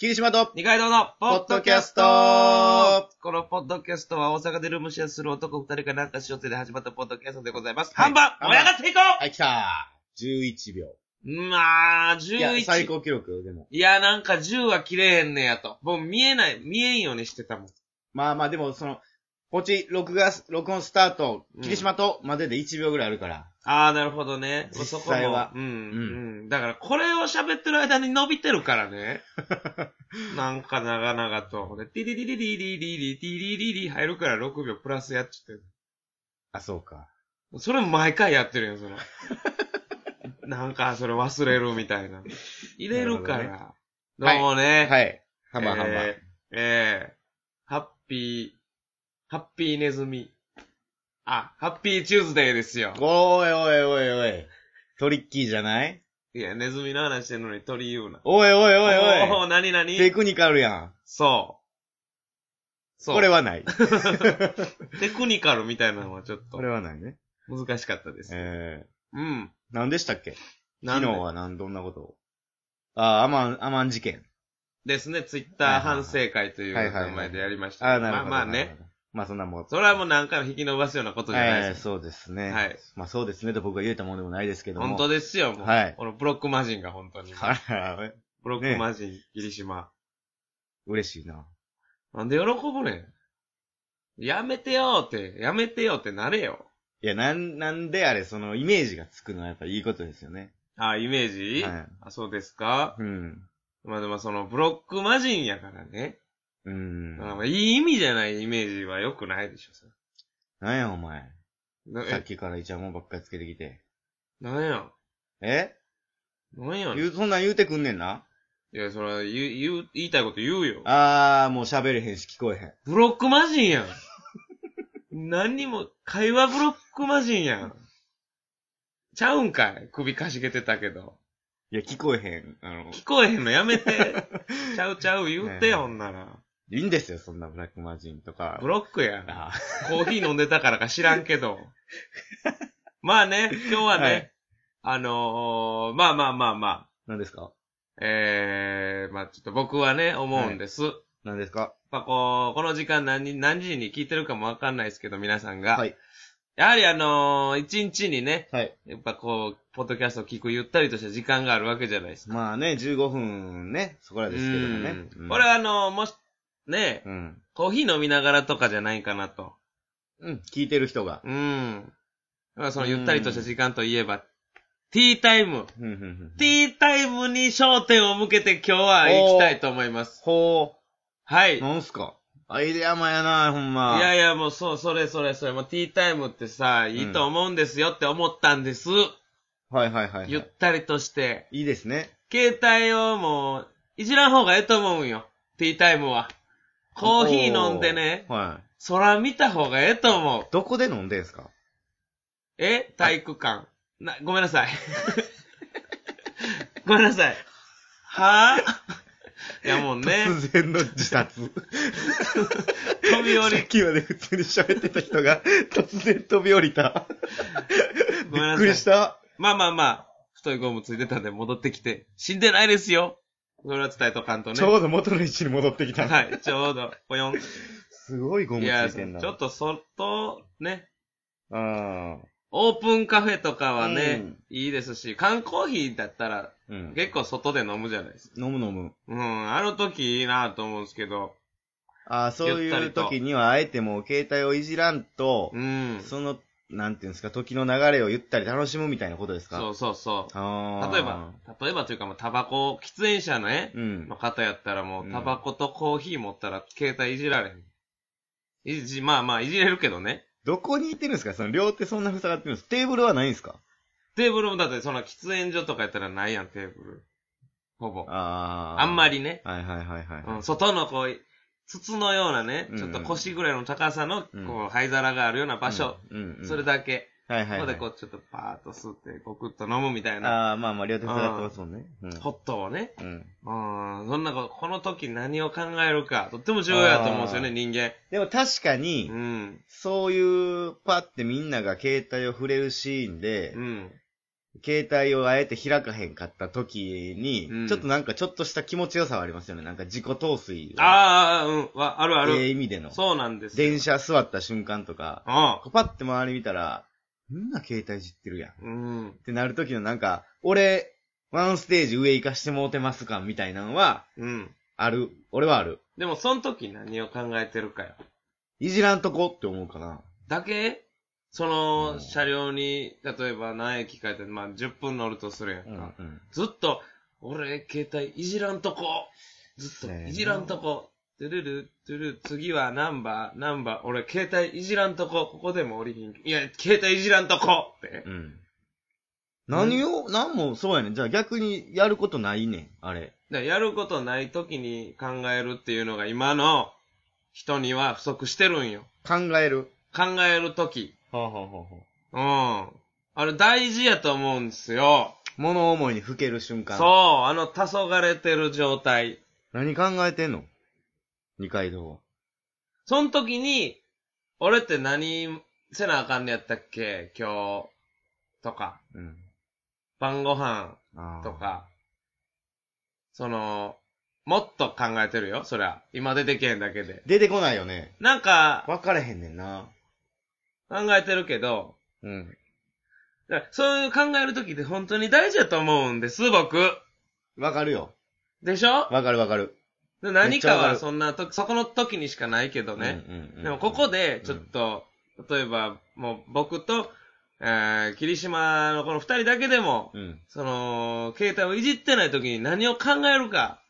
霧島と、二階堂のポッッドドキキャャスストトこのポッドキャストは大阪でルームシェアする男二人がなんかしようぜで始まったポッドキャストでございます。はい半ば盛半ばり上がっていこはい、来た !11 秒。うまあ、いや、 11。最高記録よでも。いや、なんか10は切れへんねやと。もう見えない、見えんようにしてたもん。まあまあ、でも、その、ポチ、録画、録音スタートう、ん霧島と、までで1秒ぐらいあるから。ああ、なるほどね。実そこ際はも。うん、うん。だから、これを喋ってる間に伸びてるからね。なんか長々と。で、ティリリリリリリリ、ティリリリ入るから6秒プラスやっちゃってあ、そうか。る。それも毎回やってるよ、その。 なんか、それ忘れるみたいな。入れるかなら。どねどうもね。はい。ハマハマ。えーえーハッピー、ハッピーネズミ。あ、ハッピーチューズデーですよ。おいおいおいおい。トリッキーじゃないいや、ネズミの話してんのに鳥言うな。おいおいおいおおー何々い。テクニカルやん。そう。そう。これはない。テクニカルみたいなのはちょっとこれはないね。難しかったです。えうん。ー、何でしたっけな昨んで日はなん、どんなことをあー、アマン、アマン事件。ですね、ツイッはいターはいはい反省会というはいはいはい名前でやりましたあけあ、ど。なるほど。まあまあなるね。ほど。まあそんなもん。それはもう何回も引き伸ばすようなことじゃないえでえす。そうですね。はい。まあそうですねと僕が言えたものでもないですけども。本当ですよ、もう。はいこのブロックマジンが本当に。あらら、ブロックマジン、霧島。嬉しいな。なんで喜ぶねん。やめてよって、やめてよってなれよ。いや、なん、なんであれ、その、イメージがつくのはやっぱいいことですよね。あ、イメージ、はいあ、そうですかうん。まあでもそのブロック魔人やからね。うん。まあまあいい意味じゃないイメージは良くないでしょ、それなんやお前。なさっえ、きからイチャモンばっかりつけてきて。なんや。えなんや。言、いうそんなん言うてくんねんな。や、それは言う、言う、言いたいこと言うよ。あー、もう喋れへんし聞こえへん。ブロック魔人やん。何にも、会話ブロック魔人やん。ちゃうんかい首かしげてたけど。いや、聞こえへん。あの、聞こえへんのやめて。ちゃうちゃう言うてよ、ねえほんなら。いいんですよ、そんなブラックマジンとか。ブロックやん。あコーヒー飲んでたからか知らんけど。まあね、今日はね、はいあのー、まあまあまあまあ、何ですかえー、まあちょっと僕はね、思うんです。何ですかまあこう、この時間何人、何時に聞いてるかもわかんないですけど、皆さんが。はい。やはりあのー、一日にね、はい。やっぱこう、ポッドキャストを聞くゆったりとした時間があるわけじゃないですか。まあね、15分ね、そこらですけどもね。ううんんこれはあのー、もし、ね、うん。コーヒー飲みながらとかじゃないかなと。うん、聞いてる人が。うん。まあそのゆったりとした時間といえば、ティータイム。うんうんうんティータイムに焦点を向けて今日は行きたいと思います。ほはい。う。いなんすかアイデアマンやな、ほんま。やいや、もうそう、それそれそれ、もうティータイムってさ、いいと思うんですよって思ったんです。はいはいはいはい。ゆったりとして。いいですね。携帯をもう、いじらん方がええと思うんよ。ティータイムは。コーヒー飲んでねお、ーは空見た方がええと思うい。。どこで飲んでんすかえ体育館。な、ごめんなさい。 ごめんなさい。はぁ、いやもうね、突然の自殺。飛び降さりっ、きまで普通に喋ってた 人が突然飛び降りた。ごめんびなさいっくりした。まあまあまあ、太いゴムついてたんで戻ってきて、死んでないですよ。それは伝えとかんとちね。ょうど元の位置に戻ってきた。はい、ちょうど、ぽよん。すごいゴムいつや、いそてんうな。ちょっと外、ね、あオープンカフェとかはね、うんいいですし、缶コーヒーだったら、ーうん。結構外で飲むじゃないですか。飲む飲む。うん、あの時いいなと思うんですけど、ああ、そうゆったいうりと時にはあえてもう携帯をいじらんと、うん。その、なんていうんですか、時の流れをゆったり楽しむみたいなことですかそうそうそう。ああ。例えば、、例えばというかもうタバコ、喫煙者のね、うんの。方やったらもうう、んタバコとコーヒー持ったら携帯いじられへん。いじ、まあまあ、いじれるけどね。どこにいてるんですかその両手そんな塞がってるんですテーブルはないんですかテーブルもだって、その喫煙所とかやったらないやん、テーブル。ほぼ。あああ。んまり。りね。はいはいはいはい。うん、外のこう、筒のようなねう、んちょっと腰ぐらいの高さの、こうんう、灰皿があるような場所。うん。うん。うんそれ。だけ。はいはい、そはこでい。こう、ちょっとパーッと吸って、ごくっと飲むみたいな。ああ、まあまあ、両手塞がってますもんね。うん。ホットをね。うん。うん、そんなこ、この時何を考えるか、とっても重要やと思うんですよね、あー人間。でも確かに、うん。そういう、パってみんなが携帯を触れるシーンで、うん。携帯をあえて開かへんかった時に、うんちょっとなんかちょっとした気持ちよさはありますよね。なんか自己陶酔は。ああ、うん、わあるあええる。意味での。そうなんですよ。電車座った瞬間とか、パッて周り見たら、みんな携帯いじってるやん。っうん。うん。てなる時のなんか、俺、ワンステージ上行かしてもうてますかみたいなのは、うん。ある。俺はある。でも、その時何を考えてるかよ。いじらんとこって思うかな。だけ、そうんの、車両に、例えば何駅かやって、まあ、10分乗るとするやんか。うん。ずっと、俺、携帯いじらんとこずっせーと、のいじらんとこトゥルル、トゥル、次はナンバー、ナンバー、俺、携帯いじらんとこここでも降りひん。いや、携帯いじらんとこって。うん。何を、何もそうやねん。じゃあ逆にやることないねん、あれ。だからやることない時に考えるっていうのが今の人には不足してるんよ。考える。考える時。ほうほうほうほう。うん。あれ大事やと思うんですよ。物思いにふける瞬間。そう、あの、黄昏れてる状態。何考えてんの二階堂は。その時に、俺って何せなあかんのやったっけ今日。とか、うん。晩ご飯あーと。か。その、もっと考えてるよ、そりゃ。今出てけんだけで。出てこないよね。なんか、分かれへんねんな。考えてるけど、うん。だからそういう考えるときって本当に大事だと思うんです、僕。わかるよ。でしょわかるわかる。で何かめっちゃわかはるそんなとそこの時にしかないけどね。うんうんうんでもここで、ちょっと、例えば、もう僕と、えー、霧島のこの二人だけでも、うん。その、携帯をいじってない時に何を考えるか。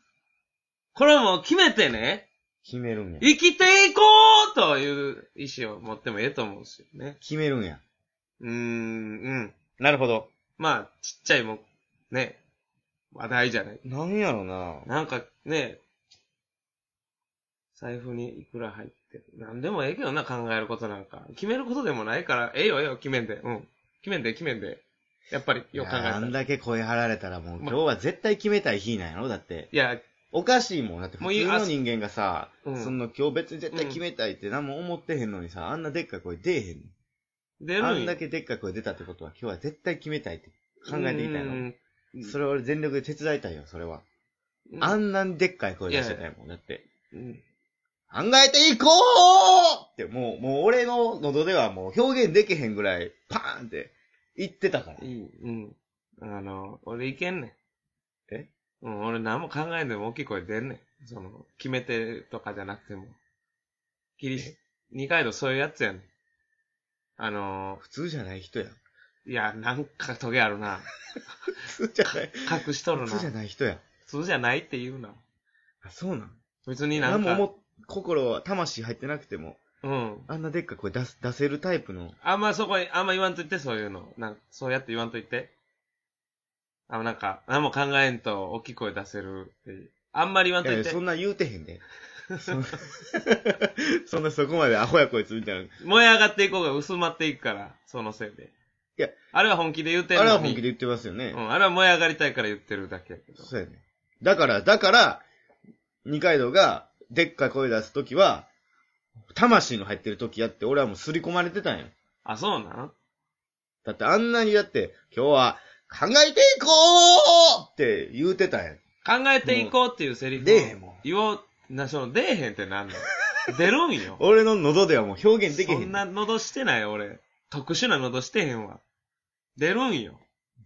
これはもう決めてね、決めるんや。生きていこうという意志を持ってもええと思うんですよね。決めるんや。うーん、うん。なるほど。まあ、ちっちゃいもん、ね、話題じゃない。なんやろな。なんかね、財布にいくら入ってる。なんでもええけどな、考えることなんか。決めることでもないから、ええよ、ええよ、決めんで。うん。決めんで、決めんで。やっぱり、よく考えたら。あんいだけ声張られたらもうま今日は絶対決めたい日なんやろだって。や、おかしいもん。だっても普ういい通の人間がさ、うんその今日別に絶対決めたいって何も思ってへんのにさ、あんなでっかい声出えへんねん。出るんよあんだけでっかい声出たってことは今日は絶対決めたいって考えていたうの。んうんそれ俺全力で手伝いたいよ、それは。うんあんなにでっかい声出してたいもん。だって、うん考えていこうってもう、もう俺の喉ではもう表現できへんぐらいパーンって言ってたからい。い、うん。あの、俺いけんねん。えうん、俺何も考えんでも大きい声出んねん。その、決めてとかじゃなくても。キリ二階堂そういうやつやねん。あの普通じゃない人やん。いや、なんかトゲあるな。普通じゃない。隠しとるな。普通じゃない人やん。そうじゃないって言うな。あ、そうなん。別にな何んもか、も心は、魂入ってなくても、うん。あんなでっかい声出す出せるタイプの、あんまそこに、あんま言わんといて、そういうの。なんかそうやって言わんといて。あ、なんか、何も考えんと大きい声出せるっていう。あんまり言わんいとやいいや、てそ。んな言うてへんで。そんな そんなそこまでアホやこいつみたいな。燃え上がっていこうが薄まっていくから、そのせいで。いや、あれは本気で言うてんのあに。れは本気で言ってますよね。うん、あれは燃え上がりたいから言ってるだけやけど。そうやね。だから、だから、二階堂が、でっかい声出すときは、魂の入ってるときやって、俺はもう刷り込まれてたんよ。あ、そうなんだってあんなにだって、今日は、考えていこうって言うてたんや。考えていこうっていうセリフを出えへんもん言おう、な、その、出えへんってなん の出るんよ。俺の喉ではもう表現できへん。そんな喉してない俺。特殊な喉してへんわ。出るんよ。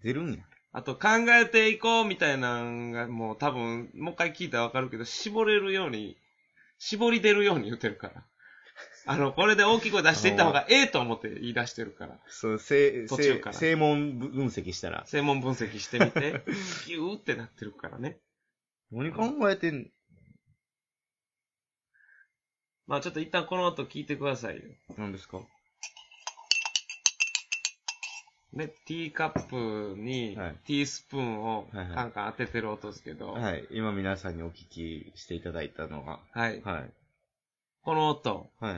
出るんや。あと考えていこうみたいなんがもう多分、もう一回聞いたらわかるけど、絞れるように、絞り出るように言ってるから。あの、これで大きい声出していった方がええと思って言い出してるから。そう、正、途中正から正門分析したら。正門分析してみて、 ギューってなってるからね。何考えてん、まあちょっと一旦この後聞いてくださいよ。なんですかはね、ティーカップにはいティースプーンをはいはいカンカン当ててる音ですけど、い。今皆さんにお聞きしていただいたのは。はい。はい。この音、はい。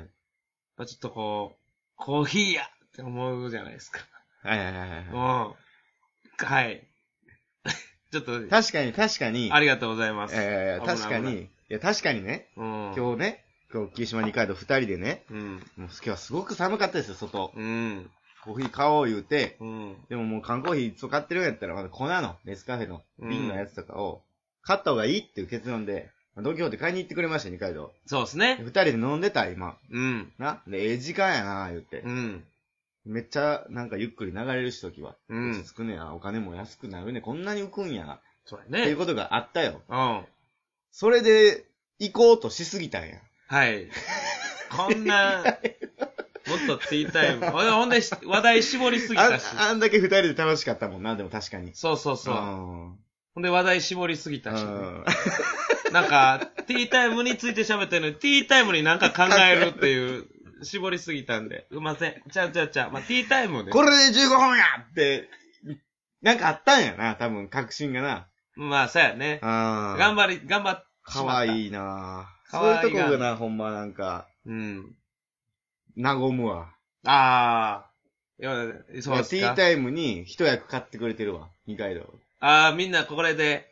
まあ、ちょっとこう、コーヒーやって思うじゃないですか。はいはいはいはいうん。ははい。 ちょっと、い。確かに確かに。ありがとうございます。えー、危ない確か危ないに。いや、確かにね。うん。今日ね、今日、霧島二階堂二人でね、うん。もう今日はすごく寒かったですよ、外。うん。コーヒー買おう言うて、うん。でももう缶コーヒー使ってるんやったら、まだ粉の、ネスカフェの瓶のやつとかを、買った方がいいっていう結論で、まあドンキホーテ買いに行ってくれました、二階堂。そうですでね。二人で飲んでた、今。うん。な。で、ええ時間やな、言ってう。ん。めっちゃ、なんかゆっくり流れるしときは。う落んち。着くねや、お金も安くなるね、こんなに浮くんやな。そうやっていねう。ことがあったよ。うん。はそれで、行こうとしすぎたんや。 い。こんな、もっとティータイム。ほんでほんで、話題絞りすぎたあし。あんだけ二人で楽しかったもんな、でも確かに。そうそうそう。んほんで話題絞りすぎたしうね、んなんか、ティータイムについて喋ってるのに、ティータイムになんか考えるっていう、絞りすぎたんで。うません。ちゃうちゃうちゃう。まあ、ティータイムで。これで15分やって、なんかあったんやな、多分、確信がな。まあ、そうやね。あ頑張張り、頑張ってしかまった。わいいなかそういうわいといがこがな、ほんまなんか、うん。和むわ。ああ。いやそうですティかー。タイムに一役買ってくれてるわ、二階堂。ああ、みんなこれで、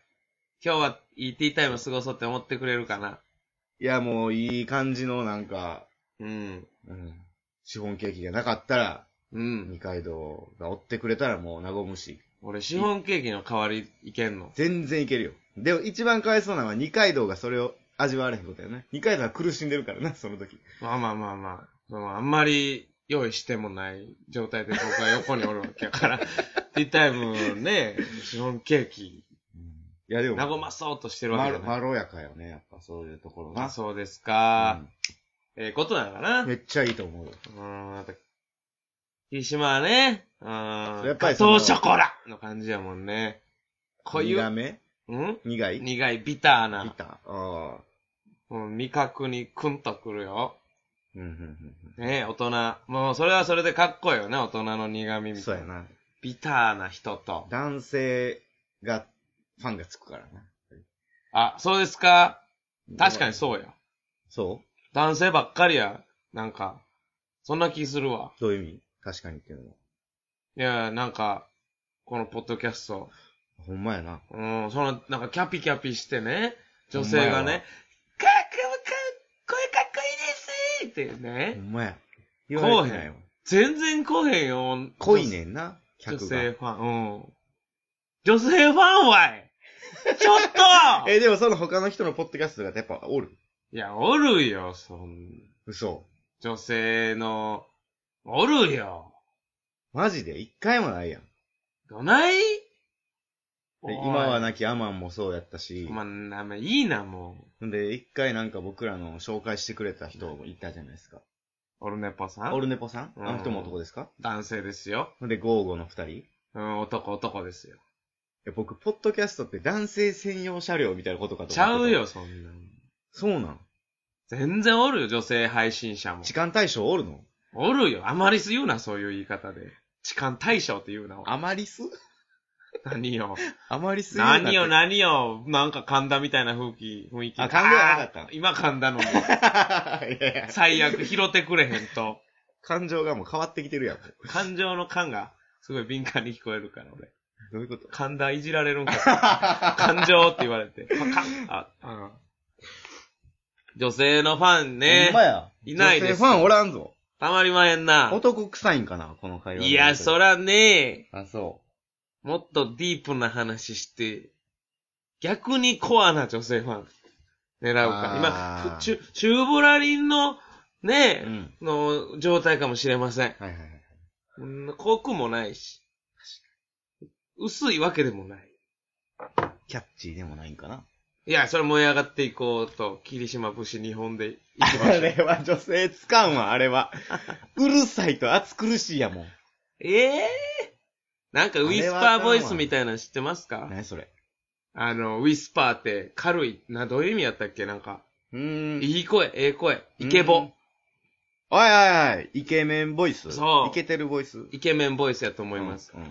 今日はいいティータイム過ごそうって思ってくれるかな。いや、もういい感じの、なんか、うん。うん。シフォンケーキがなかったら、うん。二階堂が追ってくれたらもう和むし。俺、シフォンケーキの代わりいけんの。全然いけるよ。でも一番かわいそうなのは二階堂がそれを味わわれへんことやね。二階堂は苦しんでるからな、その時。まあまあまあまあ。そのあんまり用意してもない状態で僕は横におるわけやから。ティータイムね、シフォンケーキ、いやでも、和まそうとしてるわまけろだまなろやかよね、やっぱそういうところまな。あそうですか。ええことなのかな。うんめっちゃいいと思うよ。うん、やっぱ、霧島はね、うん、やっやぱりそのガトーショコラの感じやもんね。濃い苦、めうん苦い苦い、ビタービな、ターああ。うん、味覚にクンとくるよ。うんうんね大人。もう、それはそれでかっこいいよね、大人の苦味うん。みそたういやな。な。ビターな人と。男性が、ファンがつくからな。あ、そうですか確かにう。そうや。そ男性ばっかりや。なんか、そんな気するわ。うどういう意味確かにっていうのは。いや、なんか、このポッドキャスト。ほんまやな。うん、その、なんかキャピキャピしてね、女性がほんまやわね、かっこいい、かっこいいですってほね、んまや。言こわうへんれてないわ。全然来へんよ。濃いねんな、女。女客が。性ファン。うん。女性ファンはいちょっと え、でもその他の人のポッドキャストとかってやっぱおるいや、おるよ、そん、嘘。女性の、おるよ。マジで一回もないやん。どないで今はな、なきアマンもそうやったし、まあ、なまあ、いいな、もう。で、一回なんか僕らの紹介してくれた人もいたじゃないですか。オルネポさオんルネポさんうんあの人も男ですか男性ですよ。で、ゴーゴーの二人いうん、男男ですよ。や僕、ポッドキャストって男性専用車両みたいなことかと思ってちたゃう。よ、そんなん。そうなん全然おるよ、女性配信者も時。間対象おるのおるよ。あまり言うな、そういう言い方で。痴漢対象って言うな。アマリス何よ。アマリス言うなって何よ、何よ。なんか噛んだみたいな雰囲気、雰囲気。あ噛んではなかったあー今噛んだ のに。いやいや最悪、拾ってくれへんと。感情がもう変わってきてるやん。感情の感が、すごい敏感に聞こえるから、俺。どういうこと噛んだいじられるん か。感情って言われて。パカンあ、うん。女性のファンねほんま。や。いないです女性ファンおらんぞ。たまりまへんな。男臭いんかなこの会話。いや、そ。らねあ、そもっとディープな話して、逆にコアな女性ファン狙うかあ。ー今、ふチュチューブラリンの、ねう。うん。の状態かもしれません。はいはいはい。うん濃くもないし。薄いわけでもない。キャッチーでもないんかないや、それ燃え上がっていこうと、霧島節日本で行きまあしょう。れは女性つかんわ、あれは。うるさいと暑苦しいやもん。ええー、なんかウィスパーボイスみたいなの知ってますか何それ。あの、ウィスパーって軽い、な、どういう意味やったっけなんか、うーん。いい声、ええ声、イケボ。うんおいおいおい、イケメンボイス。そうイケてるボイス。イケメンボイスやと思います。うん。うん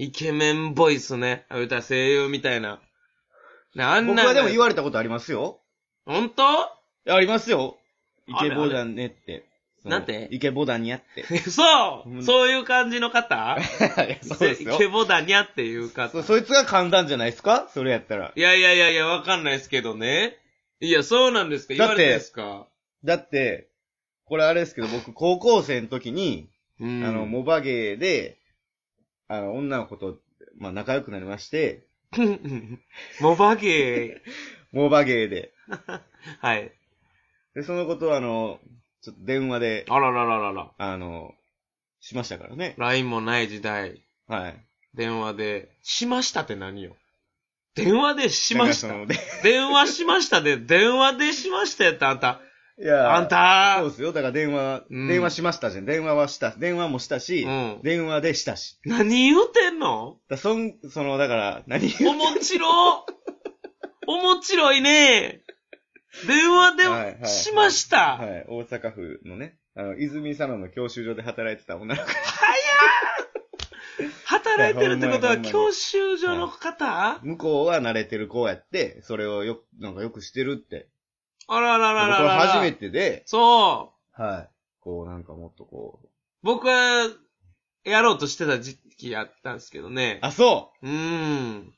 イケメンボイスね。あ、歌声優みたいな。なあんな。僕はでも言わ、われたことありますよ。本当ありますよ。イあれケボだねって。そのなんてイケボだに ゃって。そう、うんそういう感じの方 そうですよイケボダニャっていう方。そ、そいつが簡単じゃないですかそれやったら。いやいやいやいや、わかんないですけどね。いや、そうなんですかだ言わってれてですかだって、これあれですけど、僕、高校生の時に、うんあの、モバゲーで、あの、女の子と、まあ、仲良くなりまして、 モバゲー。モバゲーで。はい。で、そのことをあの、ちょっと電話で、あららららら。あの、しましたからね。 LINE もない時代、はい。電話で、しましたって何よ。電話でしましたな。んかその電話しましたで、電話でしましたやった、あんた。で、いやあんたそうですよ。だから電話、うん電話しましたじゃん。電話はした、電話もしたし、うん電話でしたし。何言うてんのだそん、その、だから、何おもち ろおもちろいね電はいはい話はで、いしました、はい、大阪府のね、あの、泉佐野の教習所で働いてた女の子。働いてるってこといやほんまにほんは、まに教習所の方、向こうは慣れてる子やって、それをよ、なんかよくしてるって。あらら僕らららはら。初めてで、そう。はい。こう、なんかもっとこう。僕は、やろうとしてた時期やったんですけどね。あ、そうーん。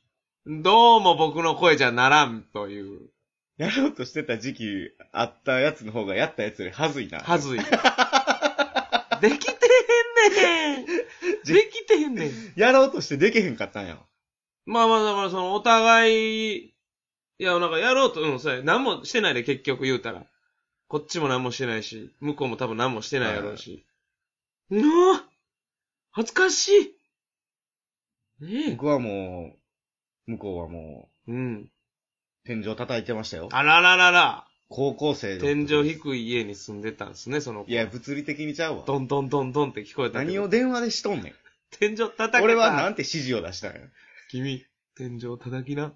どうも僕の声じゃならんという。うやろうとしてた時期あったやつの方がやったやつよりはずいな。は ずい。できてへんねん。できてへんねん。やろうとしてできへんかったんや。まあまあ、だからその、お互い、いや、なんかやろうと、うん、それ、何もしてないで結局言うたら。こっちも何もしてないし、向こうも多分何もしてないやろうし。うわ恥ずかしいね僕はもう、向こうはもえ。うん。う、天井叩いてましたよ。あらららら。高校生の天時井低い家に住んでたんですね、その子。いや、物理的にちゃうわ。どんどんどんどんって聞こえたけど。何を電話でしとんねん。天井叩き俺はなんて指示を出したんや。君、天井叩きな。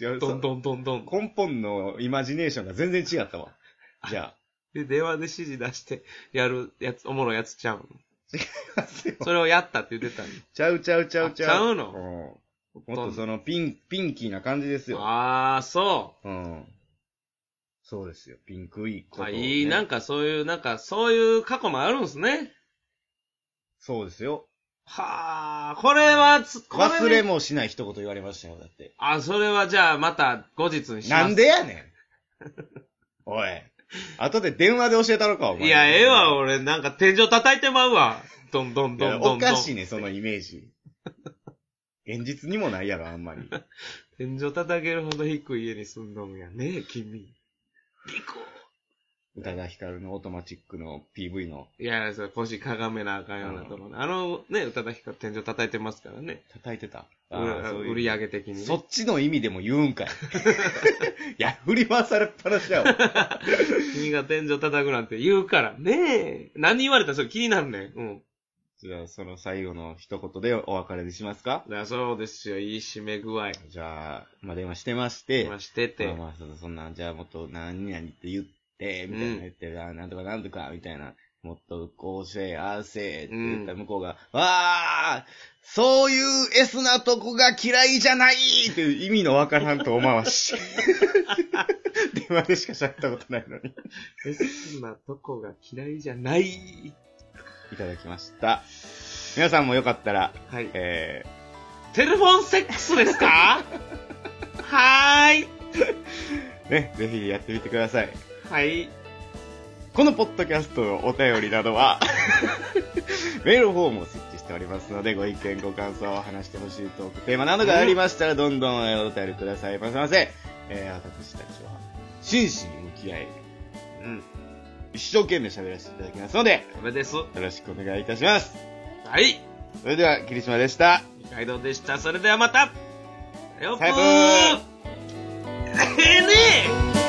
違う、どんどんどんどん。根本のイマジネーションが全然違ったわ。じゃで、電話で指示出してやるやつ、おもろいやつちゃうん。あ。それをやったって言ってたんよちゃうちゃうちゃうちゃう。あちゃうのうんもっとそのピン、ピンキーな感じですよ。あー、そうん。そうですよ。ピンクいいこう。とをあ、ね、いい、なんかそういう、なんかそういう過去もあるんすね。そうですよ。はー、これはつ、これね忘れもしない一言言われましたよ、だって。あ、それはじゃあまた後日にします。なんでやねん。おい。後で電話で教えたろか、お前。いや、ええわ、い俺、なんか天井叩いてまうわ。どんどんどんやどんどん。おかしいね、そのイメージ。現実にもないやろ、あん まり。天井叩けるほど低い家に住んどんやね、君。宇多田ヒカルのオートマチックの PV のいや、それ腰かがめなあかんようなところ、あのね、宇多田ヒカル天井叩いてますからね。叩いてた。あーそういう売り上げ的に、そねっ。ちの意味でも言う んかい。いや、振り回されっぱなしやわ。君が天井叩くなんて言うからね。何言われたらそれ気になるねん。うん。じゃあ、その最後の一言でお別れにしますかだからそうですよ、いい締め具合。じゃあ、まあ、電話してまして、まあしてて。まあまあそそんなん、じゃあもっと何々って言って、みたいな言って、あなんとかなんとか、みたいな。もっとこうせえ、ああせえって言ったら向こうが、わあそういうエスなとこが嫌いじゃないっていう意味のわからんとお回し。 電話でしか喋ったことないのに。え、そんなとこが嫌いじゃない。いただきました。皆さんもよかったら、はい。えテレフォンセックスです かはーい。ー、ね、ぜひやってみてください。はい。このポッドキャストのお便りなどは、 メールフォームを設置しておりますので、ご意見、ご感想を話してほしいトークテーマなどがありましたら、どんどんお便りくださいませませ。えー、私たちは、真摯に向き合い、うん。一生懸命喋らせていただきますので、これです。はよろしくお願いいたします。い。それでは、霧島でした。二階堂でした。それではまた。さようさようええねえ